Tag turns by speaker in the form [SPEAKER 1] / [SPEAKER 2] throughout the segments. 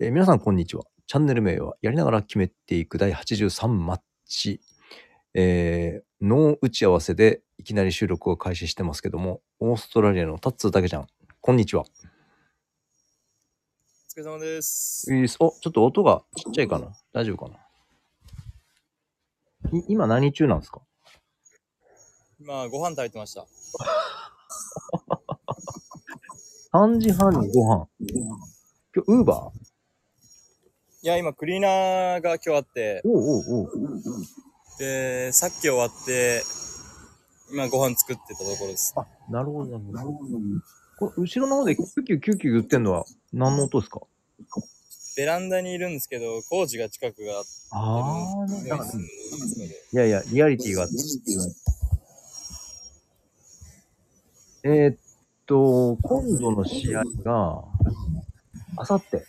[SPEAKER 1] えー皆さん、こんにちは。チャンネル名は、やりながら決めていく第83マッチ。えー、ノー打ち合わせでいきなり収録を開始してますけども、オーストラリアのタッツーだけじゃん。こんにちは。
[SPEAKER 2] お疲れ様です。
[SPEAKER 1] えーすお、ちょっと音がちっちゃいかな大丈夫かない今何中なんですか
[SPEAKER 2] 今、ご飯食べてました。
[SPEAKER 1] ?3 時半にご飯。今日、ウーバー
[SPEAKER 2] いや、今、クリーナーが今日あって、
[SPEAKER 1] おうおうおう。
[SPEAKER 2] で、さっき終わって、今、ご飯作ってたところです。
[SPEAKER 1] あ、なるほど、なるほど。これ後ろの方でキュキュキュキュ言ってんのは何の音ですか
[SPEAKER 2] ベランダにいるんですけど、工事が近くがあって、
[SPEAKER 1] ああ、
[SPEAKER 2] ね
[SPEAKER 1] なんか、
[SPEAKER 2] 住んでる
[SPEAKER 1] いやいや、リアリティがあって。えーっと、今度の試合が、あさって。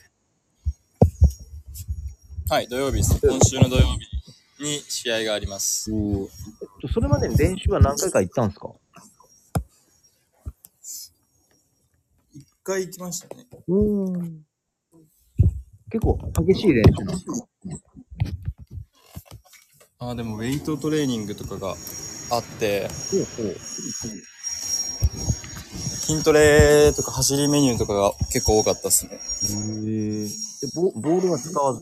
[SPEAKER 2] はい、土曜日です。今週の土曜日に試合があります。
[SPEAKER 1] えっと、それまでに練習は何回か行ったんですか
[SPEAKER 2] 一回行きましたね。
[SPEAKER 1] うん。結構激しい練習なんですか
[SPEAKER 2] あー、でも、ウェイトトレーニングとかがあって、
[SPEAKER 1] ほうほう。
[SPEAKER 2] 筋トレとか走りメニューとかが結構多かったですね。
[SPEAKER 1] へえ。ボボールは使わず。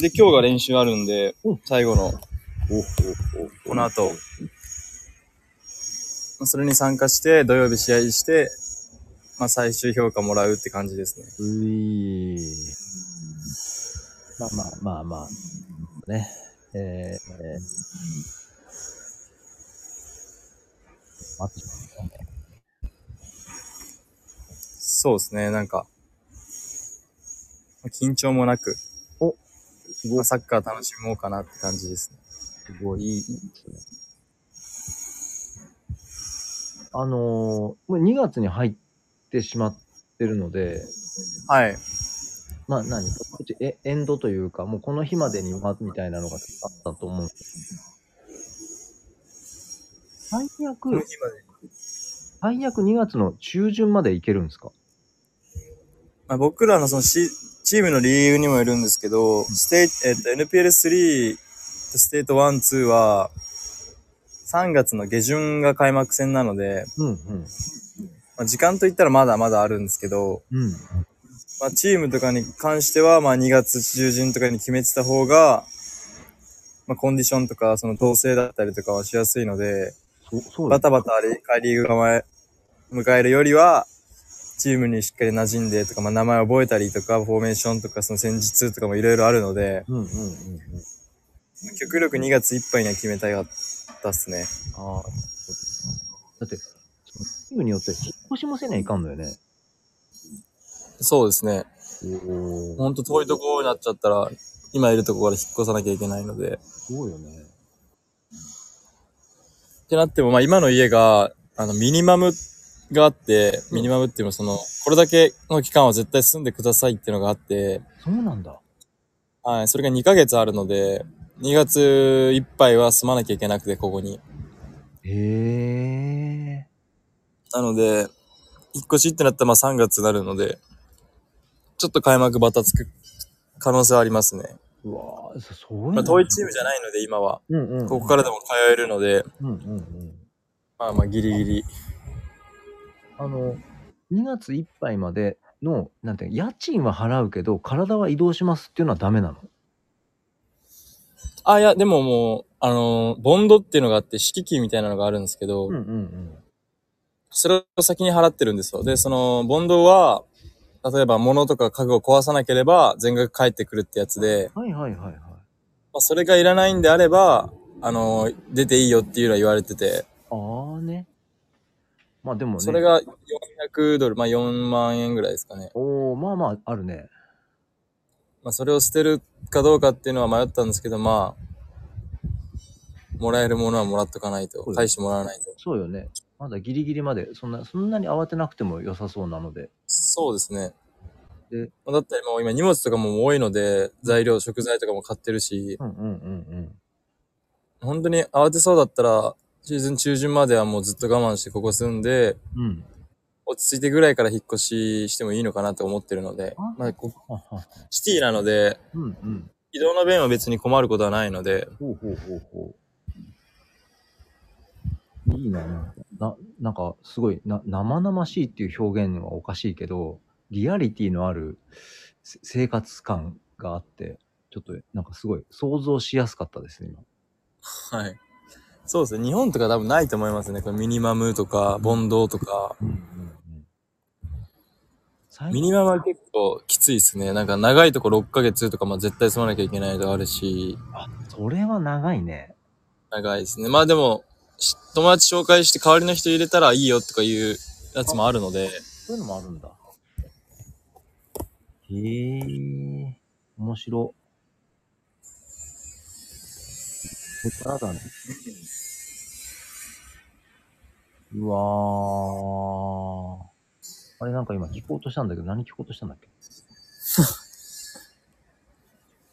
[SPEAKER 2] で、今日が練習あるんで
[SPEAKER 1] うん、
[SPEAKER 2] 最後の
[SPEAKER 1] ほうほう
[SPEAKER 2] この後、まあそれに参加して、土曜日試合して、まあ、最終評価もらうって感じですね。
[SPEAKER 1] ういまあまあまあまあ。ね。えー、えー。待って
[SPEAKER 2] そうですね、なんか、まあ緊張もなく、
[SPEAKER 1] す
[SPEAKER 2] ま
[SPEAKER 1] ご
[SPEAKER 2] あ
[SPEAKER 1] い、
[SPEAKER 2] サッカー楽しもうかなって感じですね。
[SPEAKER 1] すごい、いいですね。あのー、もう2月に入ってしまってるので、
[SPEAKER 2] はい。
[SPEAKER 1] まあ何、こっちえエンドというか、もうこの日までには、みたいなのがあったと思う。最
[SPEAKER 2] こ
[SPEAKER 1] 悪、
[SPEAKER 2] の日まで
[SPEAKER 1] 最悪2月の中旬まで行けるんですか
[SPEAKER 2] まあ、僕らのそのしチームの理由にもよるんですけど、ステーえっと NPL3 とステート1、2は、3月の下旬が開幕戦なので、
[SPEAKER 1] うんうん。
[SPEAKER 2] まあ、時間といったらまだまだあるんですけど、
[SPEAKER 1] うん。
[SPEAKER 2] まあ、チームとかに関しては、まあ、2月中旬とかに決めてた方が、まあ、コンディションとか、その統制だったりとかはしやすいので、
[SPEAKER 1] そそうで
[SPEAKER 2] バ
[SPEAKER 1] す
[SPEAKER 2] タバタリリーグ構え、迎えるよりは、チームにしっかり馴染んでとか、まあ、名前を覚えたりとか、フォーメーションとか、その戦術とかもいろいろあるので、
[SPEAKER 1] うんうんうんうん。
[SPEAKER 2] 極力2月いっぱいには決めたかったっすね。
[SPEAKER 1] ああ。だって、そのチームによって引っ越しもせにはいかんのよね。
[SPEAKER 2] そうですね。
[SPEAKER 1] お
[SPEAKER 2] ほんと遠いとこになっちゃったら、今いるとこから引っ越さなきゃいけないので、
[SPEAKER 1] そうよね。
[SPEAKER 2] ってなっても、まあ今の家が、あの、ミニマムがあって、ミニマムっていうのはその、これだけの期間は絶対住んでくださいっていうのがあって、
[SPEAKER 1] そうなんだ。
[SPEAKER 2] はい、それが2ヶ月あるので、2月いっぱいは住まなきゃいけなくて、ここに。
[SPEAKER 1] へえ。
[SPEAKER 2] なので、引っ越しってなったらまあ3月になるので、ちょっと開幕バタつく可能性はありますね。
[SPEAKER 1] うわーそそういう
[SPEAKER 2] まあ
[SPEAKER 1] の。
[SPEAKER 2] 遠いチームじゃないので、今は。
[SPEAKER 1] うんうん。
[SPEAKER 2] ここからでも通えるので、
[SPEAKER 1] うんうんうん。
[SPEAKER 2] まあまあギリギリ。
[SPEAKER 1] あの、2月いっぱいまでの、なんていうの家賃は払うけど、体は移動しますっていうのはダメなの。
[SPEAKER 2] あ、いや、でももう、あのボンドっていうのがあって、敷金みたいなのがあるんですけど、
[SPEAKER 1] うんうん
[SPEAKER 2] それを先に払ってるんですよ。で、その、ボンドは、例えば物とか家具を壊さなければ全額返ってくるってやつで、
[SPEAKER 1] うん。はいはいはいはい。
[SPEAKER 2] まあ、それがいらないんであれば、あの、出ていいよっていうのは言われてて、
[SPEAKER 1] ああね。まあでもね。
[SPEAKER 2] それ。が400ドル、まあ4万円ぐらいですかね。
[SPEAKER 1] おおまあまあ、あるね。
[SPEAKER 2] まあそれを捨てるかどうかっていうのは迷ったんですけど、まあ、もらえるものはもらっとかないと
[SPEAKER 1] そう、です
[SPEAKER 2] 返してもらわないと。
[SPEAKER 1] そうよね。まだギリギリまで、そんな、そんなに慌てなくても良さそうなので。
[SPEAKER 2] そうですね。
[SPEAKER 1] で
[SPEAKER 2] まあだったりもう今荷物とかも多いので、材料、食材とかも買ってるし、
[SPEAKER 1] うんうんうん
[SPEAKER 2] 本当に慌てそうだったら、シーズン中旬まではもうずっと我慢してここ住んで、
[SPEAKER 1] うん。うん。
[SPEAKER 2] お落ち着いてぐらいから引っ越ししてもいいのかなと思ってるので、まあ、こシティなので、
[SPEAKER 1] うんうん。
[SPEAKER 2] 移動の便は別に困ることはないので、
[SPEAKER 1] ほうほうほうほう。いいな、なんかな、なんかすごいな、生々しいっていう表現はおかしいけど、リアリティのあるせ生活感があって、ちょっとなんかすごい想像しやすかったですね、今。
[SPEAKER 2] はい。そうですね。日本とか多分ないと思いますね。これミニマムとか、ボンドとか。
[SPEAKER 1] うんうんうん。最
[SPEAKER 2] ミニマムは結構きついですね。なんか長いとこ6ヶ月とか、まあ絶対住まなきゃいけないとあるし、
[SPEAKER 1] あ、それは長いね。
[SPEAKER 2] 長いですね。まあでも、し友達紹介して代わりの人入れたらいいよとかいうやつもあるので、
[SPEAKER 1] そういうのもあるんだ。へえ、面白。これからだね。うわー。あれなんか今聞こうとしたんだけど、何聞こうとしたんだっけ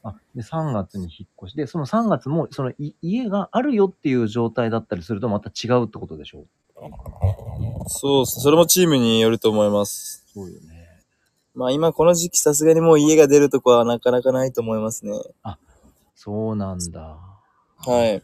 [SPEAKER 1] あ、で、3月に引っ越し。で、その3月も、そのい家があるよっていう状態だったりするとまた違うってことでしょ
[SPEAKER 2] そうですね。それもチームによると思います。
[SPEAKER 1] そうよね。
[SPEAKER 2] まあ今この時期さすがにもう家が出るとこはなかなかないと思いますね。
[SPEAKER 1] そうなんだ。
[SPEAKER 2] はい。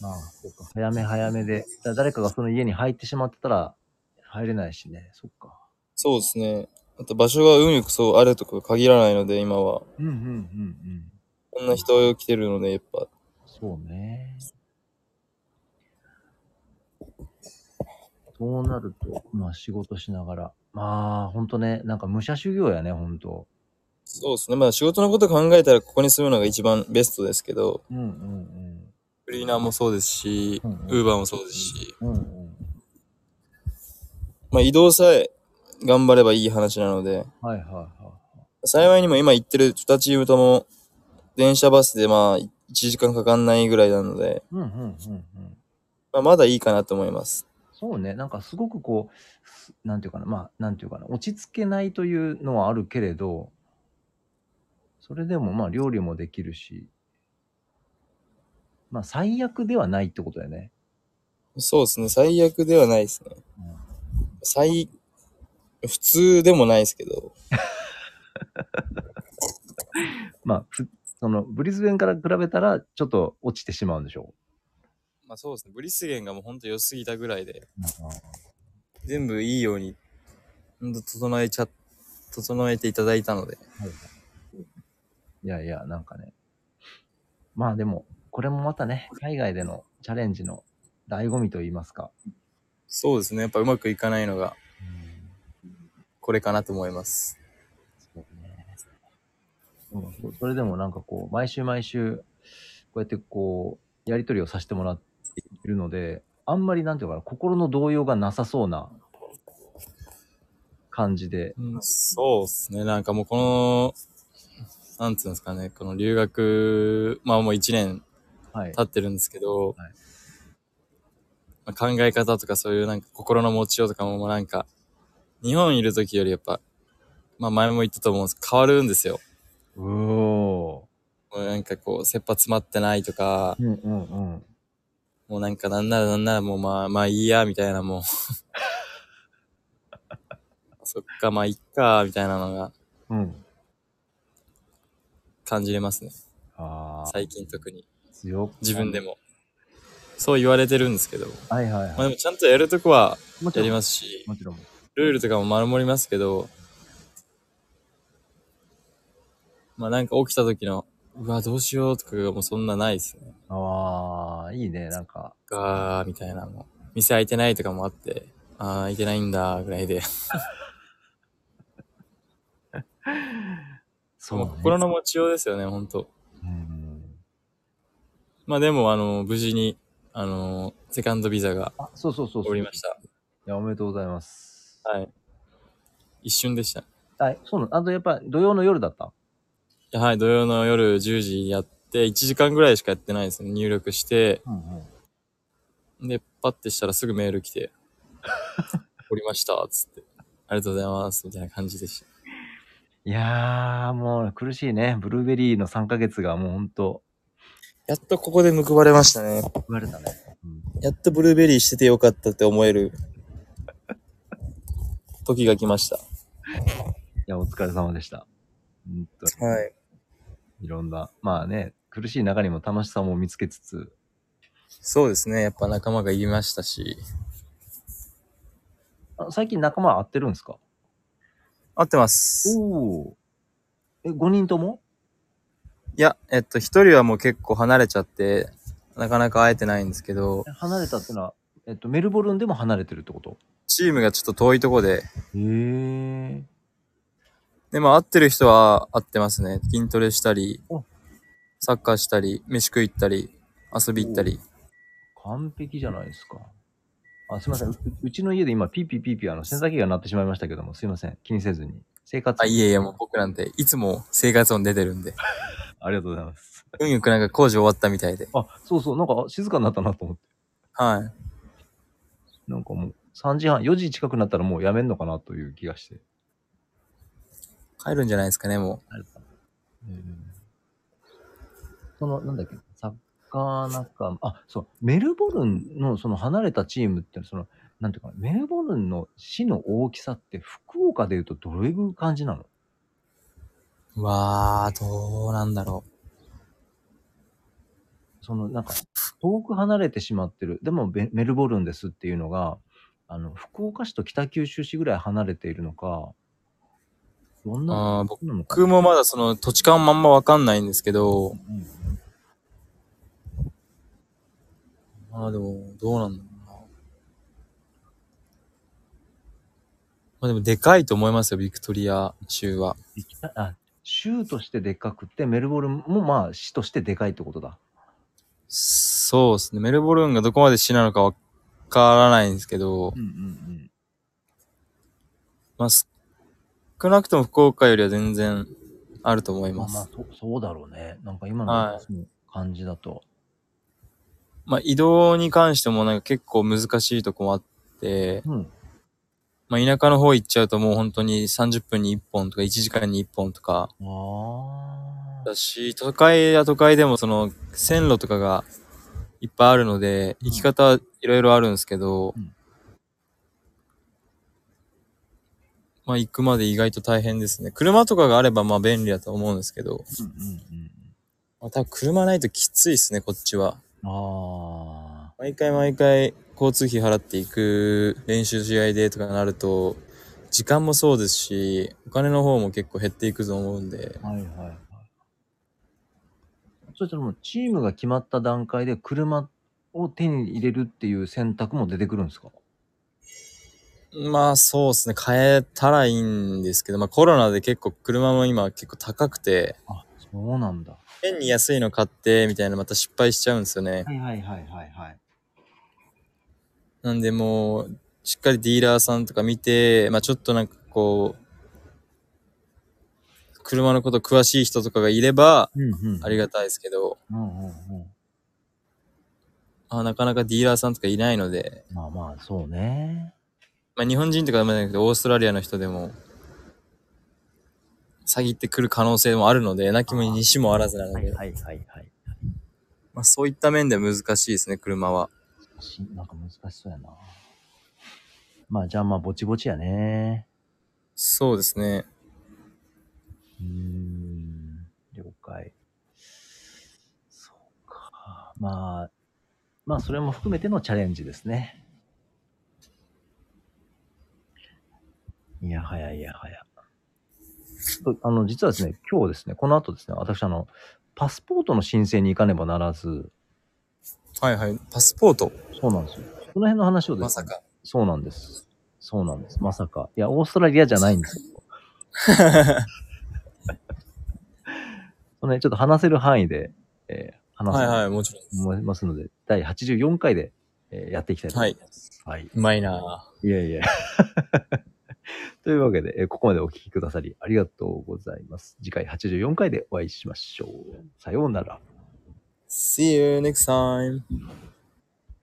[SPEAKER 1] まあ、そうか。早め早めで。だ誰かがその家に入ってしまってたら、入れないしね。そっか。
[SPEAKER 2] そうですね。あと場所が運よくそうあるとこ限らないので、今は。
[SPEAKER 1] うんうんうんうん。
[SPEAKER 2] こんな人来てるので、やっぱ。
[SPEAKER 1] そうね。そうなると、まあ仕事しながら。まあ、ほんとね、なんか武者修行やね、ほんと。
[SPEAKER 2] そうですね。まあ仕事のこと考えたらここに住むのが一番ベストですけど、
[SPEAKER 1] うんうん
[SPEAKER 2] フリーナーもそうですし、
[SPEAKER 1] うんうん
[SPEAKER 2] ウーバーもそうですし、
[SPEAKER 1] うん。うんうん。
[SPEAKER 2] まあ移動さえ頑張ればいい話なので、
[SPEAKER 1] はいはいは
[SPEAKER 2] 幸いにも今行ってる2チームとも、電車バスでまあ1時間かかんないぐらいなので、
[SPEAKER 1] い。うんうんうんうん。
[SPEAKER 2] まあまだいいかなと思います。
[SPEAKER 1] そうね、なんかすごくこうす、なんていうかな、まあ、なんていうかな、落ち着けないというのはあるけれど、それでもまあ料理もできるし、まあ最悪ではないってことだよね。
[SPEAKER 2] そうですね。最悪ではないですね。
[SPEAKER 1] うん
[SPEAKER 2] 最、普通でもないですけど、
[SPEAKER 1] まあ、ふそのブリスベンから比べたらちょっと落ちてしまうんでしょ
[SPEAKER 2] まあそうですね。ブリスゲンがもうほんと良すぎたぐらいで、
[SPEAKER 1] う。
[SPEAKER 2] 全部いいように、ほんと整えちゃ、整えていただいたので。
[SPEAKER 1] いやいや、なんかね。まあでも、これもまたね、海外でのチャレンジの醍醐味といいますか。
[SPEAKER 2] そうですね。やっぱうまくいかないのが、これかなと思います。
[SPEAKER 1] そうね。うんそそれでもなんかこう、毎週毎週、こうやってこう、やりとりをさせてもらっているので、あんまりなんていうのかな、心の動揺がなさそうな感じで、
[SPEAKER 2] そうですね。なんかもうこの、なんつうんですかね。この留学、まあもう1年
[SPEAKER 1] はい。
[SPEAKER 2] 経ってるんですけど、
[SPEAKER 1] はい
[SPEAKER 2] まあ、考え方とかそういうなんか心の持ちようとかももうなんか、日本いる時よりやっぱ、まあ前も言ったと思うんですけど、変わるんですよ。
[SPEAKER 1] うお
[SPEAKER 2] もうなんかこう、切羽詰まってないとか、
[SPEAKER 1] ー。うんうんうん。
[SPEAKER 2] もうなんかなんならなんならもうまあまあいいや、みたい なもう。そっか、まあいっか、みたいなのが
[SPEAKER 1] うん。
[SPEAKER 2] 感じれますね。
[SPEAKER 1] ああ、
[SPEAKER 2] 最近特に。
[SPEAKER 1] 強く
[SPEAKER 2] 自分で。も。そう言われてるんですけど。
[SPEAKER 1] はいはい
[SPEAKER 2] まあ
[SPEAKER 1] は。
[SPEAKER 2] でもちゃんとやるとこはい
[SPEAKER 1] もち
[SPEAKER 2] や
[SPEAKER 1] ろ
[SPEAKER 2] り
[SPEAKER 1] ん。
[SPEAKER 2] ますし、
[SPEAKER 1] もちろん。
[SPEAKER 2] ルールとかも守りますけど、まあなんか起きた時の、うわ、どうしようとかがもうそんなないですね。
[SPEAKER 1] ああ、いいね。なんか、
[SPEAKER 2] ガーみたいなもう。店開いてないとかもあって、ああ、開いてないんだ、ぐらいで。
[SPEAKER 1] そう、
[SPEAKER 2] もう
[SPEAKER 1] ね。
[SPEAKER 2] 心の持ちようですよね、ほんと。
[SPEAKER 1] うん
[SPEAKER 2] まあでも、あの、無事に、あの、セカンドビザが
[SPEAKER 1] あ、そうそうそうそ
[SPEAKER 2] 通
[SPEAKER 1] う。
[SPEAKER 2] り
[SPEAKER 1] い
[SPEAKER 2] ました。
[SPEAKER 1] や、おめでとうございます。
[SPEAKER 2] はい。一瞬でした。い
[SPEAKER 1] はい、そうなの。あとやっぱ土曜の夜だった。
[SPEAKER 2] やはい、土曜の夜10時やって、1時間ぐらいしかやってないですね。入力して、
[SPEAKER 1] うんうん。
[SPEAKER 2] で、パッてしたらすぐメール来て、 降りました、つって。ありがとうございます、みたいな感じでした。
[SPEAKER 1] いやー、もう苦しいね。ブルーベリーの3ヶ月がもうほんと、
[SPEAKER 2] やっとここで報われましたね。
[SPEAKER 1] 言われたね。うん
[SPEAKER 2] やっとブルーベリーしててよかったって思える。 時が来ました。
[SPEAKER 1] いや、お疲れ様でした。本当に
[SPEAKER 2] はい。
[SPEAKER 1] いろんな、まあね、苦しい中にも楽しさも見つけつつ、
[SPEAKER 2] そうですね。やっぱ仲間がいましたし。
[SPEAKER 1] あ最近仲間会ってるんですか
[SPEAKER 2] 合ってます。
[SPEAKER 1] おお。え、5人とも
[SPEAKER 2] いや、えっと、一人はもう結構離れちゃって、なかなか会えてないんですけど、
[SPEAKER 1] 離れたってのは、えっと、メルボルンでも離れてるってこと
[SPEAKER 2] チームがちょっと遠いとこで、
[SPEAKER 1] へえ。
[SPEAKER 2] でも会ってる人は会ってますね。筋トレしたり
[SPEAKER 1] お、
[SPEAKER 2] サッカーしたり、飯食い行ったり、遊び行ったり。
[SPEAKER 1] 完璧じゃないですか。あ、すいません。ううちの家で今、ピーピーピーピー、あの、洗濯機が鳴ってしまいましたけども、すいません。気にせずに。生活。
[SPEAKER 2] あ、いえいえ、もう僕なんて、いつも生活音出てるんで。
[SPEAKER 1] ありがとうございます。
[SPEAKER 2] 運よくなんか工事終わったみたいで。
[SPEAKER 1] あ、そうそう。なんか静かになったなと思って。
[SPEAKER 2] はい。
[SPEAKER 1] なんかもう、3時半、4時近くなったらもうやめんのかなという気がして。
[SPEAKER 2] 帰るんじゃないですかね、も
[SPEAKER 1] あれかな。その、なんだっけ、サッカー仲間、あ、そう、メルボルンのその離れたチームって、その、なんていうかな、メルボルンの市の大きさって、福岡でいうとどれぐらい感じなの
[SPEAKER 2] う。うわー、どうなんだろ
[SPEAKER 1] その、なんか、遠く離れてしまってる。でもメ、メルボルンですっていうのが、あの、福岡市と北九州市ぐらい離れているのか、どん
[SPEAKER 2] う。
[SPEAKER 1] な
[SPEAKER 2] あー
[SPEAKER 1] なのか
[SPEAKER 2] 僕もまだその土地勘もあんまわかんないんですけど、
[SPEAKER 1] な、うん
[SPEAKER 2] まあでも、どうなんだろうな。まあでも、でかいと思いますよ、ビクトリア州は。
[SPEAKER 1] できたあ州としてでかくてメルボルンもまあ市としてでかいってことだ
[SPEAKER 2] そうですね。メルボルンがどこまで市なのかわからないんですけど、
[SPEAKER 1] んうん
[SPEAKER 2] まあ、少なくとも福岡よりは全然あると思い
[SPEAKER 1] まあ
[SPEAKER 2] ま
[SPEAKER 1] まあ
[SPEAKER 2] す。
[SPEAKER 1] そそうだろうねなんか今
[SPEAKER 2] は
[SPEAKER 1] の
[SPEAKER 2] い
[SPEAKER 1] 感じだと、
[SPEAKER 2] まあ、移動に関してもなんか結構難しいとこもあって、
[SPEAKER 1] うん
[SPEAKER 2] まあ、田舎の方行っちゃうともう本当に30分に1本とか1時間に1本とか、
[SPEAKER 1] ああ
[SPEAKER 2] だし、都会や都会でもその線路とかがいっぱいあるので、
[SPEAKER 1] うん
[SPEAKER 2] 行き方いろいろあるんですけど、
[SPEAKER 1] うん
[SPEAKER 2] まあ行くまで意外と大変ですね。車とかがあればまあ便利だと思うんですけど、
[SPEAKER 1] うんうん
[SPEAKER 2] また車ないときついですね、こっちは。
[SPEAKER 1] うんああ
[SPEAKER 2] 毎回毎回交通費払っていく練習試合でとかなると、時間もそうですし、お金の方も結構減っていくと思うんで、
[SPEAKER 1] はいはいはいそしたらもうチームが決まった段階で車を手に入れるっていう選択も出てくるんですか
[SPEAKER 2] まあそうですね、変えたらいいんですけど、まあコロナで結構車も今結構高くて、
[SPEAKER 1] あそうなんだ
[SPEAKER 2] 変に安いの買ってみたいなまた失敗しちゃうんですよね。
[SPEAKER 1] はいはいはいはいはい
[SPEAKER 2] なんでもう、しっかりディーラーさんとか見て、まあちょっとなんかこう、車のこと詳しい人とかがいれば
[SPEAKER 1] うんうん
[SPEAKER 2] ありがたいですけど、
[SPEAKER 1] うんうんうん
[SPEAKER 2] まあ、なかなかディーラーさんとかいないので、
[SPEAKER 1] まあまあそうね
[SPEAKER 2] まあ日本人とかでもなくてオーストラリアの人でも、詐欺ってくる可能性もあるので、なきもにしもあらずなので、
[SPEAKER 1] いはいはい。
[SPEAKER 2] まあそういった面では難しいですね、車は。
[SPEAKER 1] しなんか難しそうやな。まあじゃあまあぼちぼちやね。
[SPEAKER 2] そうですね。
[SPEAKER 1] うーん。了解。そうか。まあ、まあそれも含めてのチャレンジですね。いやはやいやはや。とあの、実はですね、今日ですね、この後ですね、私あの、パスポートの申請に行かねばならず、
[SPEAKER 2] はいはい。パスポート
[SPEAKER 1] そうなんですよ。この辺の話をですね、
[SPEAKER 2] まさか。
[SPEAKER 1] そうなんです。そうなんです。まさか。いや、オーストラリアじゃないんですよ。 そのね、ちょっと話せる範囲で、えー話
[SPEAKER 2] はい
[SPEAKER 1] せ
[SPEAKER 2] はい、もちろん。
[SPEAKER 1] 思いますので、第84回で、えーやっていきたいと思います。はい。
[SPEAKER 2] うまいなぁ
[SPEAKER 1] い、やいや。 というわけで、えーここまでお聞きくださりありがとうございます。次回84回でお会いしましょう。さようなら。
[SPEAKER 2] See you next time.